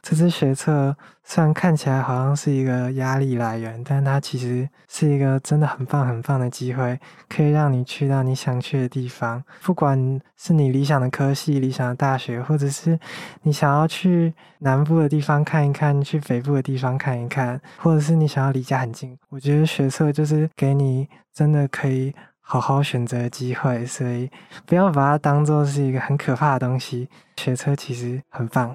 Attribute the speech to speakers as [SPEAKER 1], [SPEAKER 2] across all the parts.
[SPEAKER 1] 这支学测虽然看起来好像是一个压力来源，但它其实是一个真的很棒很棒的机会，可以让你去到你想去的地方，不管是你理想的科系、理想的大学，或者是你想要去南部的地方看一看，去北部的地方看一看，或者是你想要离家很近。我觉得学测就是给你真的可以。好好选择的机会，所以不要把它当做是一个很可怕的东西。学车其实很棒。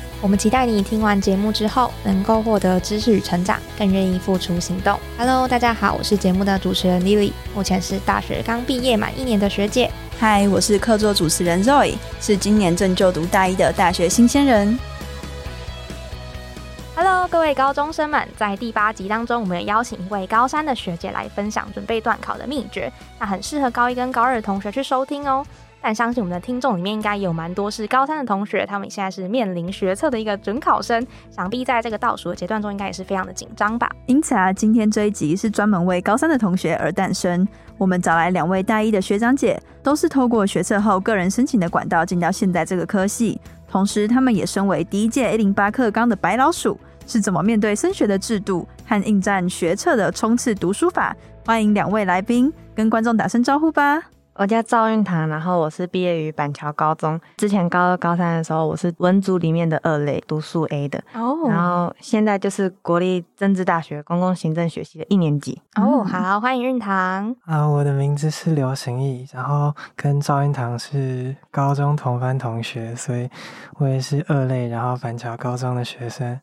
[SPEAKER 2] 我们期待你听完节目之后，能够获得知识与成长，更愿意付出行动。Hello，大家好，我是节目的主持人 Lily，目前是大学刚毕业满一年的学姐。
[SPEAKER 3] 嗨，我是客座主持人 Zoe，是今年正就读大一的大学新鲜人。
[SPEAKER 2] Hello，各位高中生们，在第八集当中，我们有邀请一位高三的学姐来分享准备段考的秘诀，那很适合高一跟高二的同学去收听哦。但相信我们的听众里面应该有蛮多是高三的同学，他们现在是面临学测的一个准考生，想必在这个倒数的阶段中，应该也是非常的紧张吧。
[SPEAKER 3] 因此啊，今天这一集是专门为高三的同学而诞生。我们找来两位大一的学长姐，都是透过学测后个人申请的管道进到现在这个科系，同时他们也身为第一届 A 零八课纲的白老鼠，是怎么面对升学的制度和应战学测的冲刺读书法？欢迎两位来宾，跟观众打声招呼 吧。
[SPEAKER 4] 我叫赵运堂，然后我是毕业于板桥高中。之前高二、高三的时候，我是文组里面的二类，读数 A 的。
[SPEAKER 2] 哦、
[SPEAKER 4] 然后现在就是国立政治大学公共行政学系的一年级。
[SPEAKER 2] 哦，好，欢迎运堂。
[SPEAKER 1] 啊，我的名字是刘行义，然后跟赵运堂是高中同班同学，所以我也是二类，然后板桥高中的学生。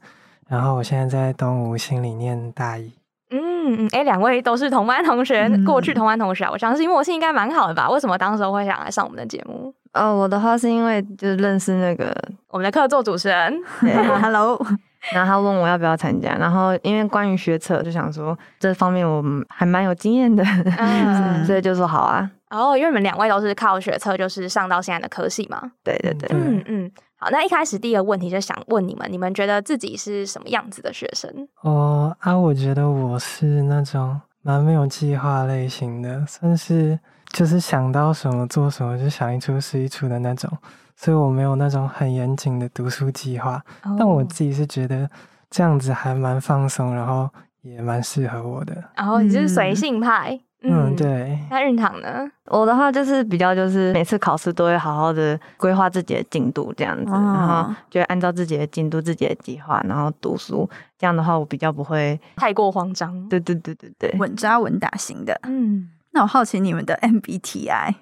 [SPEAKER 1] 然后我现在在东吴心理念大一。
[SPEAKER 2] 嗯嗯，哎，两位都是同班同学，
[SPEAKER 3] 嗯
[SPEAKER 2] 过去同班同学啊，我相信默契应该蛮好的吧？为什么当时候会想来上我们的节目？
[SPEAKER 4] 哦，我的话是因为就是认识那个，
[SPEAKER 2] 我们的客座主持人，
[SPEAKER 4] 对
[SPEAKER 3] Hello，
[SPEAKER 4] 然后他问我要不要参加，然后因为关于学测，就想说这方面我们还蛮有经验的，
[SPEAKER 2] 嗯，
[SPEAKER 4] 所以就说好啊。
[SPEAKER 2] 然哦后因为你们两位都是靠学测，就是上到现在的科系嘛。
[SPEAKER 4] 对对对，
[SPEAKER 1] 对
[SPEAKER 2] 嗯嗯，好，那一开始第一个问题就想问你们，你们觉得自己是什么样子的学生？
[SPEAKER 1] 哦啊，我觉得我是那种蛮没有计划类型的，算是就是想到什么做什么，就想一出是一出的那种，所以我没有那种很严谨的读书计划。但我自己是觉得这样子还蛮放松，然后也蛮适合我的。
[SPEAKER 2] 然哦后你是随
[SPEAKER 3] 嗯
[SPEAKER 2] 性派，
[SPEAKER 1] 嗯，。对，
[SPEAKER 2] 那运堂呢？
[SPEAKER 4] 我的话就是比较就是每次考试都会好好的规划自己的进度这样子，
[SPEAKER 3] 哦
[SPEAKER 4] 然后就按照自己的进度、自己的计划，然后读书。这样的话，我比较不会。
[SPEAKER 2] 太过慌张。
[SPEAKER 4] 对对对对对，
[SPEAKER 3] 稳扎稳打型的。
[SPEAKER 2] 嗯，
[SPEAKER 3] 那我好奇你们的 MBTI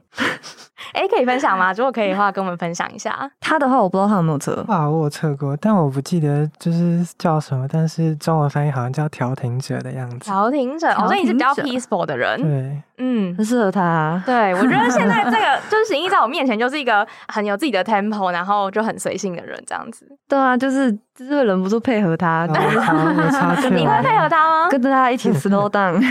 [SPEAKER 2] 哎，可以分享吗？如果可以的话，跟我们分享一下。
[SPEAKER 4] 他的话我不知道他有没有车。
[SPEAKER 1] 哇，我有测过，但我不记得就是叫什么，但是中文翻译好像叫调停者的样子。
[SPEAKER 2] 调停者，哦，所以你是比较
[SPEAKER 3] 调停
[SPEAKER 2] peaceful 的人。
[SPEAKER 1] 对，
[SPEAKER 2] 嗯
[SPEAKER 4] 很，适合他、啊，
[SPEAKER 2] 对，我觉得现在这个就是行医在我面前就是一个很有自己的 tempo，然后就很随性的人这样子。
[SPEAKER 4] 对啊，就是就是会忍不住配合他，
[SPEAKER 1] 啊我超我超
[SPEAKER 2] 你
[SPEAKER 1] 欠
[SPEAKER 2] 会配合他吗？
[SPEAKER 4] 跟着他一起 slow down。
[SPEAKER 2] 哦，你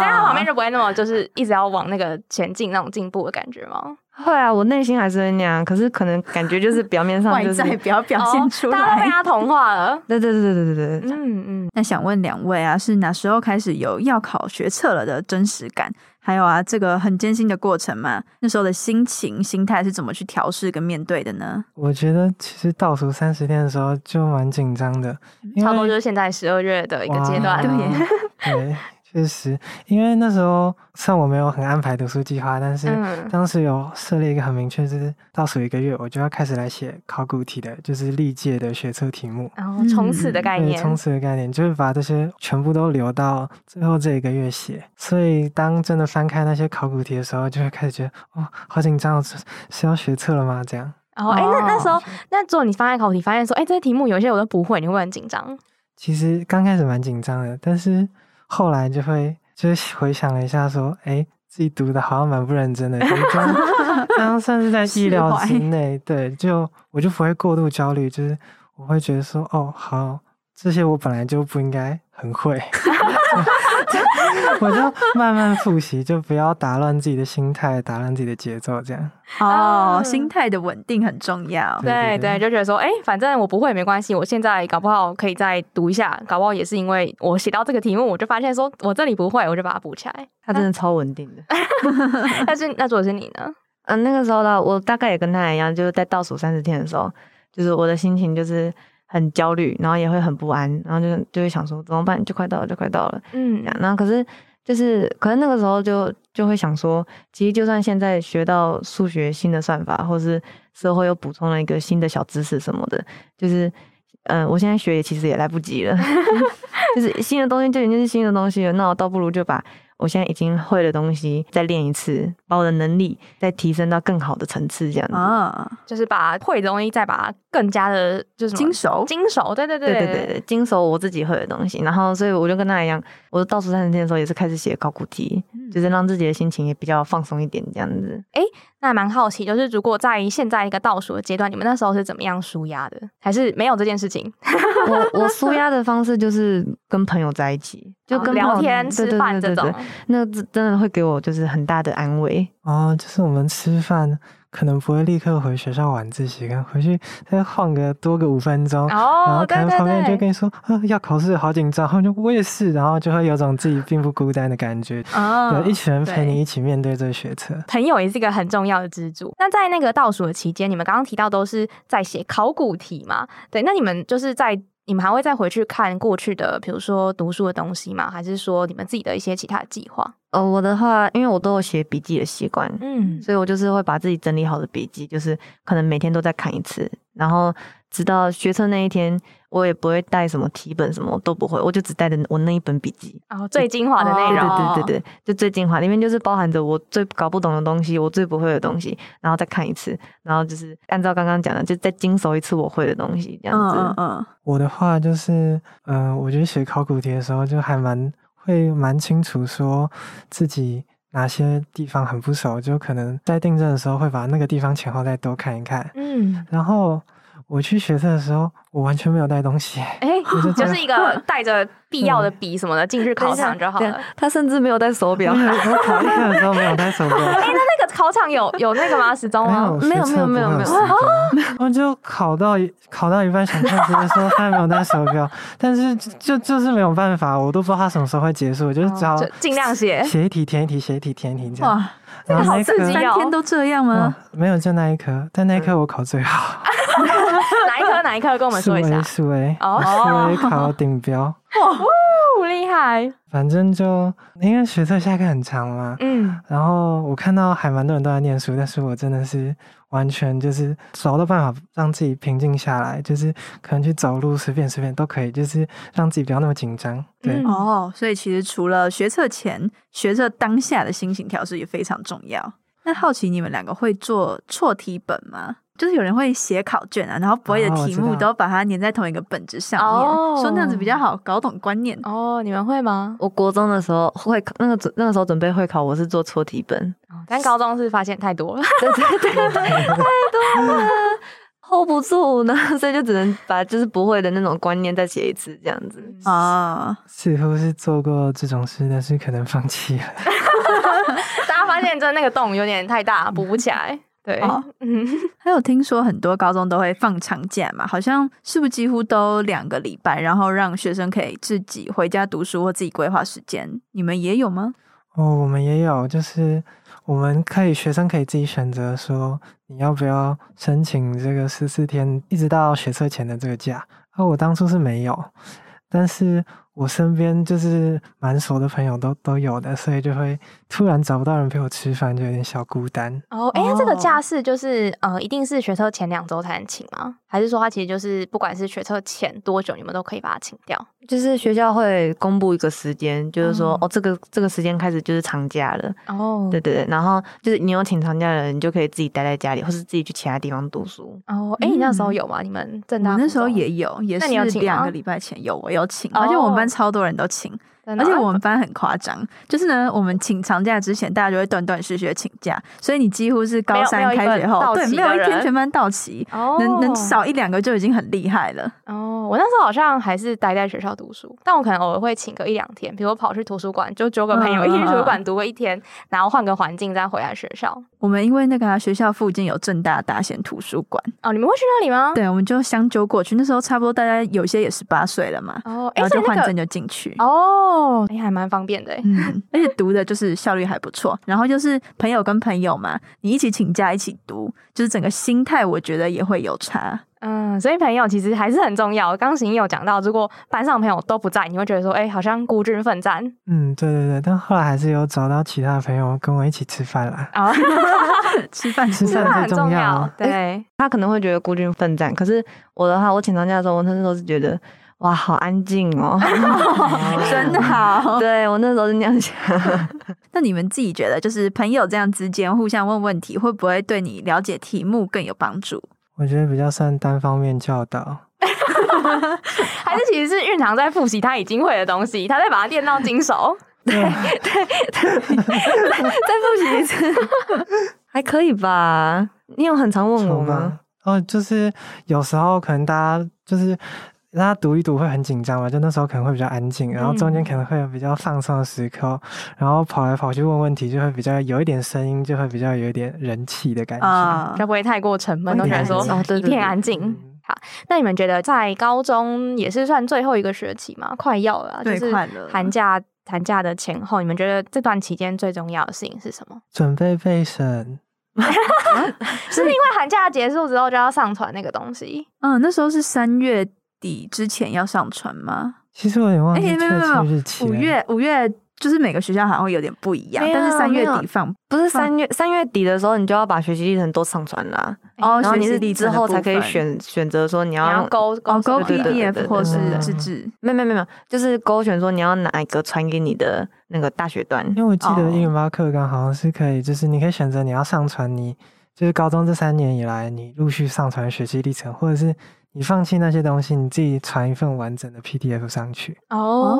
[SPEAKER 2] 在他
[SPEAKER 3] 啊
[SPEAKER 2] 旁边就不会那么就是一直要往那个前进那种进步的感觉吗？
[SPEAKER 4] 会啊，我内心还是会那样，可是可能感觉就是表面上
[SPEAKER 3] 外
[SPEAKER 4] 就是，
[SPEAKER 3] 在
[SPEAKER 4] 对
[SPEAKER 3] 不要表现啊出
[SPEAKER 2] 哦大家都
[SPEAKER 3] 来。
[SPEAKER 2] 被他同化了。
[SPEAKER 4] 对对对对对对，
[SPEAKER 2] 嗯嗯，
[SPEAKER 3] 那想问两位啊，是哪时候开始有要考学测了的真实感？还有啊，这个很艰辛的过程嘛，那时候的心情、心态是怎么去调试跟面对的呢？
[SPEAKER 1] 我觉得其实倒数三十天的时候就蛮紧张的，因
[SPEAKER 2] 嗯差不多
[SPEAKER 1] 为
[SPEAKER 2] 就是现在十二月的一个阶段。
[SPEAKER 3] 对
[SPEAKER 1] 哇
[SPEAKER 3] 耶
[SPEAKER 1] 对，确实，因为那时候虽然我没有很安排读书计划，但是
[SPEAKER 2] 嗯
[SPEAKER 1] 当时有设立一个很明确，就是倒数一个月我就要开始来写考古题的，就是历届的学测题目。
[SPEAKER 2] 然后冲刺的概
[SPEAKER 1] 嗯对，
[SPEAKER 2] 念，
[SPEAKER 1] 冲刺的概念就是把这些全部都留到最后这一个月写，所以当真的翻开那些考古题的时候，就会开始觉得哦，好紧张哦，是是要学测了吗？这样。
[SPEAKER 2] 然后哎，那那时候
[SPEAKER 3] 哦，
[SPEAKER 2] 那之后你翻开考题，发现说，哎，这些题目有一些我都不会，你会不会很紧张。
[SPEAKER 1] 其实刚开始蛮紧张的，但是后来就会就是回想了一下，说，哎，自己读的好像蛮不认真的，就是这样这样算是在意料之内。对，就我就不会过度焦虑，就是我会觉得说，哦，好，这些我本来就不应该很会， 我就慢慢复习，就不要打乱自己的心态，打乱自己的节奏，这样。
[SPEAKER 3] 哦
[SPEAKER 2] 啊，
[SPEAKER 3] 心态的稳定很重要。
[SPEAKER 2] 对
[SPEAKER 1] 对对
[SPEAKER 2] 对，就觉得说，哎、反正我不会也没关系，我现在搞不好可以再读一下，搞不好也是因为我写到这个题目，我就发现说我这里不会，我就把它补起来。
[SPEAKER 4] 他真的超稳定的。
[SPEAKER 2] 但是那如果是你呢？
[SPEAKER 4] 嗯，那个时候的我大概也跟他一样，就是在倒数三十天的时候，就是我的心情就是很焦虑，然后也会很不安，然后就就会想说怎么办，就快到了，就快到了。
[SPEAKER 2] 嗯
[SPEAKER 4] 这样然后可是就是，可是那个时候就就会想说，其实就算现在学到数学新的算法，或是社会又补充了一个新的小知识什么的，就是。嗯，我现在学也其实也来不及了， 就是新的东西就已经是新的东西了。那我倒不如就把我现在已经会的东西再练一次，把我的能力再提升到更好的层次，这样子。
[SPEAKER 3] 啊，
[SPEAKER 2] 就是把会的东西再把它更加的，就是什么
[SPEAKER 3] 精熟
[SPEAKER 2] 精熟，对对对
[SPEAKER 4] 对对对对，经手我自己会的东西。然后，所以我就跟他一样，我倒数三十天的时候也是开始写考古题，
[SPEAKER 2] 嗯
[SPEAKER 4] 就是让自己的心情也比较放松一点，这 样子。
[SPEAKER 2] 那蛮好奇，就是如果在现在一个倒数的阶段，你们那时候是怎么样舒压的？还是没有这件事情？
[SPEAKER 4] 我我舒压的方式就是跟朋友在一起，就
[SPEAKER 2] 哦
[SPEAKER 4] 跟朋友
[SPEAKER 2] 聊天、
[SPEAKER 4] 对
[SPEAKER 2] 吃饭这，
[SPEAKER 4] 对
[SPEAKER 2] 种哦
[SPEAKER 4] 对对对对。那真真的会给我就是很大的安慰。
[SPEAKER 1] 哦，就是我们吃饭可能不会立刻回学校晚自习，可能回去再晃个多个五分钟。然
[SPEAKER 2] 哦
[SPEAKER 1] 后，可
[SPEAKER 2] 对
[SPEAKER 1] 能旁边
[SPEAKER 2] 对
[SPEAKER 1] 就
[SPEAKER 2] 对，
[SPEAKER 1] 跟你说啊，要考试，好紧张。然后就我也是，然后就会有种自己并不孤单的感觉，
[SPEAKER 2] 啊
[SPEAKER 1] 有一群人陪
[SPEAKER 3] 对
[SPEAKER 1] 你一起面对这个学测。
[SPEAKER 2] 朋友也是一个很重要的支柱。那在那个倒数的期间，你们刚刚提到都是在写考古题嘛？对，那你们就是在你们还会再回去看过去的，比如说读书的东西吗？还是说你们自己的一些其他的计划？
[SPEAKER 4] 呃，我的话，因为我都有写笔记的习惯，
[SPEAKER 2] 嗯，
[SPEAKER 4] 所以我就是会把自己整理好的笔记，就是可能每天都在看一次，然后直到学测那一天，我也不会带什么题本，什么都不会，我就只带着我那一本笔记。
[SPEAKER 2] 然后哦最精华的内
[SPEAKER 4] 哦对
[SPEAKER 2] 容，
[SPEAKER 4] 对对对对，就最精华，里面就是包含着我最搞不懂的东西，我最不会的东西，然后再看一次，然后就是按照刚刚讲的，就再精熟一次我会的东西，这样
[SPEAKER 3] 嗯
[SPEAKER 4] 子。
[SPEAKER 3] 嗯嗯，
[SPEAKER 1] 我的话就是，嗯、我觉得写考古题的时候就还蛮会蛮清楚说自己哪些地方很不熟，就可能在订正的时候会把那个地方前后再多看一看。
[SPEAKER 2] 嗯，
[SPEAKER 1] 然后我去学测的时候，我完全没有带东西，
[SPEAKER 2] 哎、 就是一 个带着必要的笔什么的进去考场就好
[SPEAKER 4] 对
[SPEAKER 2] 了。， 嗯
[SPEAKER 4] 他甚至没有带手
[SPEAKER 1] 我
[SPEAKER 4] 表，
[SPEAKER 1] 有时候考试的时候没有带手表，
[SPEAKER 2] 哎那个考场有有那个吗？时钟
[SPEAKER 1] 没
[SPEAKER 2] 吗
[SPEAKER 1] 有？
[SPEAKER 4] 没有
[SPEAKER 1] 学测
[SPEAKER 4] 没有
[SPEAKER 1] 不会啊
[SPEAKER 4] 没有
[SPEAKER 1] 时钟我就考到一考到一半想看时间，说他没有带手表，但是就就就是没有办法，我都不知道他什么时候会结束，我就是只好
[SPEAKER 2] 哦就尽量写。
[SPEAKER 1] 写一题填一题，写一题填一题这样。
[SPEAKER 3] 哇，
[SPEAKER 1] 然
[SPEAKER 2] 个
[SPEAKER 1] 后
[SPEAKER 2] 好
[SPEAKER 1] 那
[SPEAKER 2] 刺激
[SPEAKER 1] 科
[SPEAKER 2] 哦
[SPEAKER 3] 三天都这样
[SPEAKER 1] 哇
[SPEAKER 3] 吗？
[SPEAKER 1] 没有就那一科，但那一科我考最好，
[SPEAKER 2] 哪一 科哪一科跟嗯我 们
[SPEAKER 1] 数
[SPEAKER 2] 说一下
[SPEAKER 1] A？数 A，
[SPEAKER 2] 哦
[SPEAKER 1] 我数 A 考顶标。
[SPEAKER 2] 不厉害，
[SPEAKER 1] 反正就因为学测下课很长嘛，
[SPEAKER 2] 嗯，
[SPEAKER 1] 然后我看到还蛮多人都在念书，但是我真的是完全就是找到办法让自己平静下来，就是可能去走路，随便随便都可以，就是让自己不要那么紧张。对，
[SPEAKER 2] 嗯
[SPEAKER 3] 哦，所以其实除了学测前，学测当下的心情调试也非常重要。那好奇你们两个会做错题本吗？就是有人会写考卷啊，然后不会的
[SPEAKER 1] 哦我
[SPEAKER 3] 题
[SPEAKER 1] 知
[SPEAKER 3] 目
[SPEAKER 1] 道
[SPEAKER 3] 都把它粘在同一个本子上面，
[SPEAKER 2] 哦
[SPEAKER 3] 说那样子比较好搞懂观念。
[SPEAKER 2] 哦，你们会吗？
[SPEAKER 4] 我国中的时候会考，那个准那个时候准备会考，我是做错题本，
[SPEAKER 2] 哦但高中是发现太 多了，
[SPEAKER 4] 对对对对，太多
[SPEAKER 2] 啊
[SPEAKER 4] 了，hold 不住呢，所以就只能把就是不会的那种观念再写一次，这样子。
[SPEAKER 3] 哦，
[SPEAKER 1] 似乎是做过这种事，但是可能放弃了。
[SPEAKER 2] 大家发现真的那个洞有点太大，补不起来。对，
[SPEAKER 3] 哦
[SPEAKER 2] 嗯，
[SPEAKER 3] 还有听说很多高中都会放长假嘛，好像是不是几乎都两个礼拜，然后让学生可以自己回家读书或自己规划时间。你们也有吗？
[SPEAKER 1] 哦，我们也有，就是我们可以学生可以自己选择说你要不要申请这个十四天，一直到学测前的这个假。啊，我当初是没有，但是我身边就是蛮熟的朋友都都有的，所以就会突然找不到人陪我吃饭，就有点小孤单。
[SPEAKER 2] 哦，哎，这个
[SPEAKER 3] 哦
[SPEAKER 2] 假是就是呃，一定是学测前两周才能请吗？还是说它其实就是不管是学测前多久，你们都可以把它请掉？
[SPEAKER 4] 就是学校会公布一个时间，就是说、
[SPEAKER 2] 嗯
[SPEAKER 4] 哦，这个这个时间开始就是长假了，
[SPEAKER 2] 哦
[SPEAKER 4] 对对对。然后就是你有请长假的人，你就可以自己待在家里，或是自己去其他地方读书。
[SPEAKER 2] 哦，哎，你那时候
[SPEAKER 3] 嗯
[SPEAKER 2] 有吗？你们正大
[SPEAKER 3] 我那
[SPEAKER 2] 附
[SPEAKER 3] 时候
[SPEAKER 2] 中
[SPEAKER 3] 也有，也
[SPEAKER 2] 那
[SPEAKER 3] 是
[SPEAKER 2] 你有请吗
[SPEAKER 3] 两个礼拜前有，我有请，
[SPEAKER 2] 哦
[SPEAKER 3] 而且我们班超多人都请，
[SPEAKER 2] 真的
[SPEAKER 3] 而且
[SPEAKER 2] 啊
[SPEAKER 3] 我们班很夸张，就是呢，我们请长假之前，大家就会断断续续地请假，所以你几乎是
[SPEAKER 2] 没
[SPEAKER 3] 高
[SPEAKER 2] 有
[SPEAKER 3] 三
[SPEAKER 2] 没有一
[SPEAKER 3] 开
[SPEAKER 2] 个
[SPEAKER 3] 学后，
[SPEAKER 2] 到
[SPEAKER 3] 对，
[SPEAKER 2] 齐
[SPEAKER 3] 没有
[SPEAKER 2] 的
[SPEAKER 3] 一天
[SPEAKER 2] 人
[SPEAKER 3] 全班到齐，
[SPEAKER 2] 哦
[SPEAKER 3] 能能少一两个就已经很厉害了。
[SPEAKER 2] 哦，我那时候好像还是待在学校读书，但我可能偶尔会请个一两天，比如我跑去图书馆，就九个朋
[SPEAKER 3] 嗯
[SPEAKER 2] 友一起去图书馆读个一天，然后换个环境再回来学校。
[SPEAKER 3] 我们因为那个、啊、学校附近有正大大贤图书馆，
[SPEAKER 2] 哦，你们会去那里吗？。
[SPEAKER 3] 对，我们就相揪过去。那时候差不多大家有些也十八岁了嘛，
[SPEAKER 2] 哦，哎、
[SPEAKER 3] 然
[SPEAKER 2] 所
[SPEAKER 3] 后就
[SPEAKER 2] 以那
[SPEAKER 3] 换
[SPEAKER 2] 个
[SPEAKER 3] 证就进去。
[SPEAKER 2] 哦，哎、还蛮方便的哎。
[SPEAKER 3] 嗯，而且读的就是效率还不错，然后就是朋友跟朋友嘛，你一起请假一起读，就是整个心态我觉得也会有差。
[SPEAKER 2] 嗯，所以朋友其实还是很重要。刚刚行有讲到，如果班上朋友都不在，你会觉得说，哎、好像孤军奋战
[SPEAKER 1] 嗯，对对对，但后来还是有找到其他的朋友跟我一起吃饭啦。
[SPEAKER 3] 哦
[SPEAKER 2] 啊，
[SPEAKER 3] 吃饭
[SPEAKER 1] 吃
[SPEAKER 3] 吃
[SPEAKER 1] 饭最
[SPEAKER 2] 这很重
[SPEAKER 1] 重要
[SPEAKER 2] 要
[SPEAKER 1] 啊。
[SPEAKER 3] 哎
[SPEAKER 2] 对，
[SPEAKER 4] 他可能会觉得孤军奋战，可是我的话，我请长假的时候，我那时候是觉得哇，好安静 哦。
[SPEAKER 3] 真好。
[SPEAKER 4] 对我那时候是那样想，
[SPEAKER 3] 那你们自己觉得，就是朋友这样之间互相问问题，会不会对你了解题目更有帮助？
[SPEAKER 1] 我觉得比较算单方面教导，
[SPEAKER 2] 还是其实是蕴藏在复习他已经会的东西，他再把它练到精熟。
[SPEAKER 1] 啊
[SPEAKER 3] 对不起，
[SPEAKER 4] 还可以吧？你有很常问我
[SPEAKER 1] 好
[SPEAKER 4] 吗
[SPEAKER 1] 吧？？哦，就是有时候可能大家就是大家读一读会很紧张嘛，就那时候可能会比较安静，然后中
[SPEAKER 3] 嗯
[SPEAKER 1] 间可能会有比较放松的时刻，然后跑来跑去问问题，就会比较有一点声音，就会比较有一点人气的感觉。
[SPEAKER 3] 啊
[SPEAKER 2] 该，不会太过沉闷，
[SPEAKER 1] 不
[SPEAKER 2] 都
[SPEAKER 1] 会
[SPEAKER 2] 觉得
[SPEAKER 1] 太
[SPEAKER 2] 说
[SPEAKER 1] 安静
[SPEAKER 4] 哦对
[SPEAKER 2] 一
[SPEAKER 4] 对
[SPEAKER 2] 片
[SPEAKER 4] 对
[SPEAKER 2] 安静
[SPEAKER 1] 嗯。
[SPEAKER 2] 好，那你们觉得在高中也是算最后一个学期吗？快要了啊，就
[SPEAKER 3] 对
[SPEAKER 2] 是
[SPEAKER 3] 快了
[SPEAKER 2] 寒假寒假的前后，你们觉得这段期间最重要的事情是什么？
[SPEAKER 1] 准备备审，
[SPEAKER 2] 是因为寒假结束之后就要上传那个东西，
[SPEAKER 3] 嗯，那时候是三月底之前要上传吗？
[SPEAKER 1] 其实我有点忘记确
[SPEAKER 3] 哎没有没有
[SPEAKER 1] 切
[SPEAKER 3] 没有
[SPEAKER 1] 日
[SPEAKER 4] 啊
[SPEAKER 1] 期了。
[SPEAKER 3] 五月五月就是每个学校好像会有点不一样
[SPEAKER 4] 没，有
[SPEAKER 3] 但是三月
[SPEAKER 4] 没有
[SPEAKER 3] 底放
[SPEAKER 4] 不是三月三月底的时候，你就要把学习历程都上传啦，
[SPEAKER 3] 哦，
[SPEAKER 4] 然后
[SPEAKER 3] 学
[SPEAKER 4] 你
[SPEAKER 3] 习
[SPEAKER 4] 是
[SPEAKER 3] 历程
[SPEAKER 4] 之
[SPEAKER 3] 的
[SPEAKER 4] 后才
[SPEAKER 3] 部
[SPEAKER 4] 可以
[SPEAKER 3] 分
[SPEAKER 4] 选选择说你
[SPEAKER 2] 你
[SPEAKER 4] 要
[SPEAKER 2] 要
[SPEAKER 4] 用
[SPEAKER 2] 勾
[SPEAKER 3] 哦，勾
[SPEAKER 2] 勾
[SPEAKER 4] 对对对
[SPEAKER 3] PDF
[SPEAKER 4] 对
[SPEAKER 3] 或是
[SPEAKER 1] 对
[SPEAKER 3] 自制。
[SPEAKER 4] 没有没有没有，就是勾选说你要哪一个传给你的那个大学段。
[SPEAKER 1] 因为我记
[SPEAKER 3] 哦
[SPEAKER 1] 得一零八课纲好像是可以，就是你可以选择你要上传你，就是高中这三年以来你陆续上传学习历程，或者是你放弃那些东西，你自己传一份完整的 PDF 上去，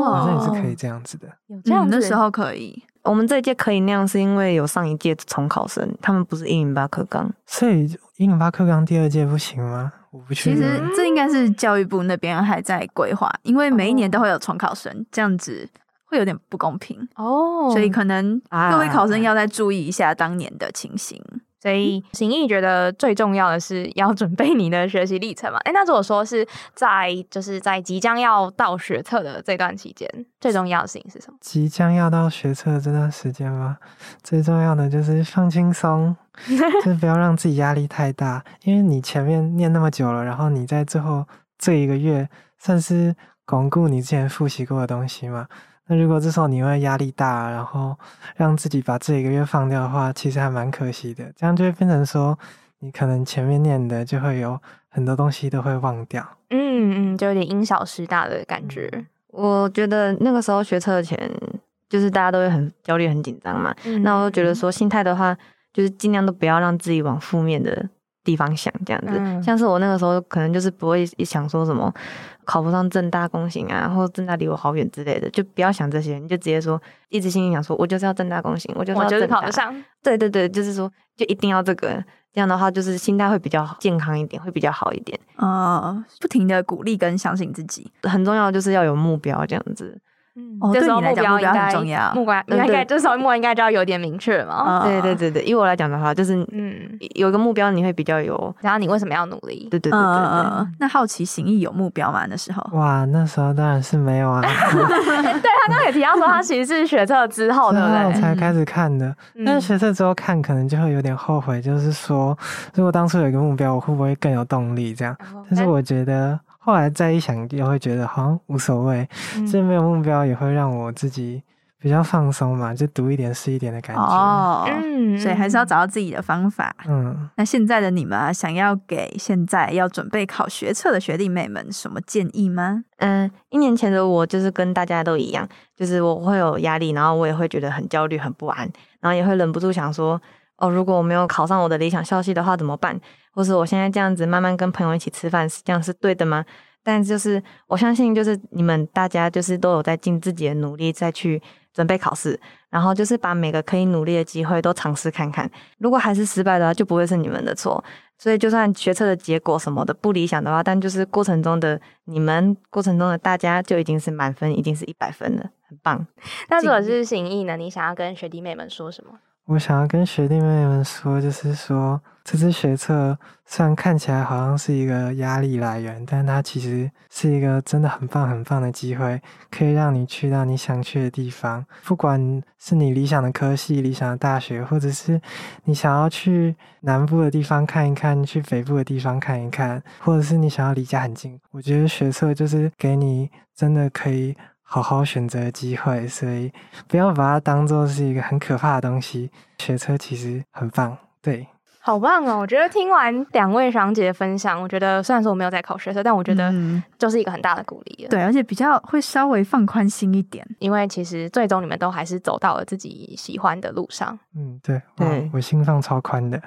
[SPEAKER 1] 好像也
[SPEAKER 2] 哦，
[SPEAKER 1] 是可以这样子的。
[SPEAKER 2] 有这
[SPEAKER 3] 这样
[SPEAKER 2] 样
[SPEAKER 3] 的
[SPEAKER 2] 子
[SPEAKER 3] 嗯时候可以，
[SPEAKER 4] 我们这一届可以那样，是因为有上一届重考生，他们不是一零八课纲。
[SPEAKER 1] 所以一零八课纲第二届不行吗？我不确
[SPEAKER 4] 啊
[SPEAKER 3] 其
[SPEAKER 1] 定。啊
[SPEAKER 3] 实这应该是教育部那边还在规划，因为每一年都会有重考生，这样子会有点不公平，
[SPEAKER 2] 哦，
[SPEAKER 3] 所以可能
[SPEAKER 4] 啊
[SPEAKER 3] 各位考生要再注意一下当年的情形。
[SPEAKER 2] 所以行义觉得最重要的是要准备你的学习历程嘛。哎、那如果说是在就是在即将要到学测的这段期间，最重要的事情是什么？
[SPEAKER 1] 即将要到学测这段时间吗？最重要的就是放轻 松，就是不要让自己压力太大，因为你前面念那么久了，然后你在最后这一个月算是巩固你之前复习过的东西嘛。那如果这时候你因为压力大，然后让自己把这一个月放掉的话，其实还蛮可惜的。这样就会变成说，你可能前面念的就会有很多东西都会忘掉。
[SPEAKER 2] 嗯嗯，就有点因小失大的感觉。
[SPEAKER 4] 我觉得那个时候学测前，就是大家都会很焦虑、很紧张嘛。
[SPEAKER 2] 嗯
[SPEAKER 4] 那我就觉得，说，心态的话，就是尽量都不要让自己往负面的地方想，这样子。
[SPEAKER 2] 嗯
[SPEAKER 4] 像是我那个时候，可能就是不会想说什么考不上正大公行啊，或者正大离我好远之类的，就不要想这些，你就直接说，一直心里想说，我就是要正大公行，我就是
[SPEAKER 2] 我
[SPEAKER 4] 要
[SPEAKER 2] 就是
[SPEAKER 4] 正
[SPEAKER 2] 考
[SPEAKER 4] 大
[SPEAKER 2] 得。上。
[SPEAKER 4] 对对对，就是说，就一定要这个。这样的话，就是心态会比较好健康一点，会比较好一点。
[SPEAKER 3] 呃，不停的鼓励跟相信自己，
[SPEAKER 4] 很重要就是要有目标，这样子。
[SPEAKER 2] 嗯
[SPEAKER 3] 哦
[SPEAKER 2] 这时候
[SPEAKER 3] 对
[SPEAKER 2] 目
[SPEAKER 3] 你来讲
[SPEAKER 2] 标
[SPEAKER 3] 目
[SPEAKER 2] 应
[SPEAKER 3] 标
[SPEAKER 2] 该
[SPEAKER 3] 很重要
[SPEAKER 2] 目标应
[SPEAKER 4] 嗯
[SPEAKER 2] 该应该
[SPEAKER 4] 对
[SPEAKER 2] 这时候目标应该就要有点明确嘛。
[SPEAKER 3] 啊
[SPEAKER 4] 哦对对对对，以我来讲的话，就是
[SPEAKER 2] 嗯，
[SPEAKER 4] 有一个目标，你会比较有，
[SPEAKER 2] 然后你为什么要努力？
[SPEAKER 4] 对对对对对。
[SPEAKER 3] 嗯嗯嗯，那好奇行义有目标吗？那时候
[SPEAKER 2] 哦
[SPEAKER 1] 哇，那时候当然是没 有啊，
[SPEAKER 2] 对他刚刚也提到说，他其实是学测之后，对
[SPEAKER 1] 之
[SPEAKER 2] 不
[SPEAKER 1] 后
[SPEAKER 2] 对？
[SPEAKER 1] 才开始看的。但
[SPEAKER 2] 嗯
[SPEAKER 1] 是学测之后看，可能就会有点后悔，就是说，如果当初有一个目标，我会不会更有动力这样？
[SPEAKER 2] 哦
[SPEAKER 1] 但是我觉得后来再一想，又会觉得好像无所谓，
[SPEAKER 2] 嗯
[SPEAKER 1] 这没有目标也会让我自己比较放松嘛，就读一点是一点的感觉。
[SPEAKER 3] 哦，
[SPEAKER 2] 嗯
[SPEAKER 3] 所以还是要
[SPEAKER 2] 嗯
[SPEAKER 3] 找到自己的方法。
[SPEAKER 1] 嗯，
[SPEAKER 3] 那现在的你们啊，想要给现在要准备考学测的学弟妹们什么建议吗？
[SPEAKER 4] 嗯，一年前的我就是跟大家都一样，就是我会有压力，然后我也会觉得很焦虑、很不安，然后也会忍不住想说，哦，如果我没有考上我的理想校系的话怎么办？或是我现在这样子慢慢跟朋友一起吃饭，是这样是对的吗？但就是我相信，就是你们大家就是都有在尽自己的努力再去准备考试，然后就是把每个可以努力的机会都尝试看看。如果还是失败的话，就不会是你们的错。所以，就算学测的结果什么的不理想的话，但就是过程中的你们，过程中的大家就已经是满分，已经是一百分了，很棒。
[SPEAKER 2] 那如果是行义呢？你想要跟学弟妹们说什么？
[SPEAKER 1] 我想要跟学弟妹们说，就是说这支学测虽然看起来好像是一个压力来源，但它其实是一个真的很棒很棒的机会，可以让你去到你想去的地方，不管是你理想的科系、理想的大学，或者是你想要去南部的地方看一看，去北部的地方看一看，或者是你想要离家很近，我觉得学测就是给你真的可以。好好选择的机会，所以不要把它当做是一个很可怕的东西。学车其实很棒，对，
[SPEAKER 2] 好棒哦！我觉得听完两位学长姐的分享，我觉得虽然说我没有在考学测，但我觉得
[SPEAKER 3] 嗯
[SPEAKER 2] 就是一个很大的鼓励了。
[SPEAKER 3] 对，而且比较会稍微放宽心一点。
[SPEAKER 2] 因为其实最终你们都还是走到了自己喜欢的路上，
[SPEAKER 1] 嗯，对，哇
[SPEAKER 4] 对
[SPEAKER 1] 我心放超宽的，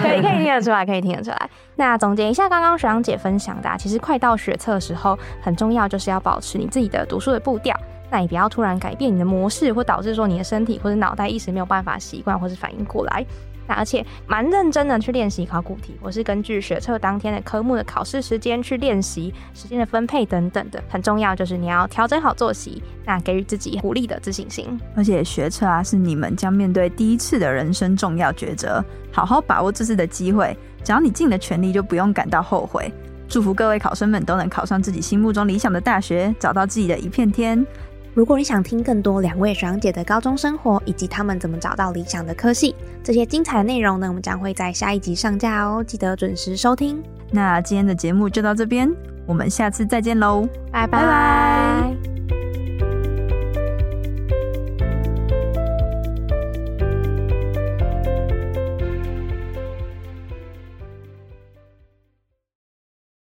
[SPEAKER 2] 可以可以听得出来，可以听得出来。那总结一下刚刚学长姐分享的、啊，其实快到学测的时候，很重要就是要保持你自己的读书的步调，那也不要突然改变你的模式，或导致说你的身体或者脑袋一时没有办法习惯或是反应过来。那而且蛮认真的去练习考古题，我是根据学测当天的科目的考试时间去练习时间的分配等等的。很重要就是你要调整好作息，那给予自己鼓励的自信心。
[SPEAKER 3] 而且学车啊，是你们将面对第一次的人生重要抉择，好好把握这次的机会。只要你尽了全力，就不用感到后悔。祝福各位考生们都能考上自己心目中理想的大学，找到自己的一片天。
[SPEAKER 5] 如果你想听更多两位学长姐的高中生活以及他们怎么找到理想的科系，这些精彩的内容呢，我们将会在下一集上架哦，记得准时收听。
[SPEAKER 3] 那今天的节目就到这边，我们下次再见喽。
[SPEAKER 2] 拜
[SPEAKER 3] 拜
[SPEAKER 2] 拜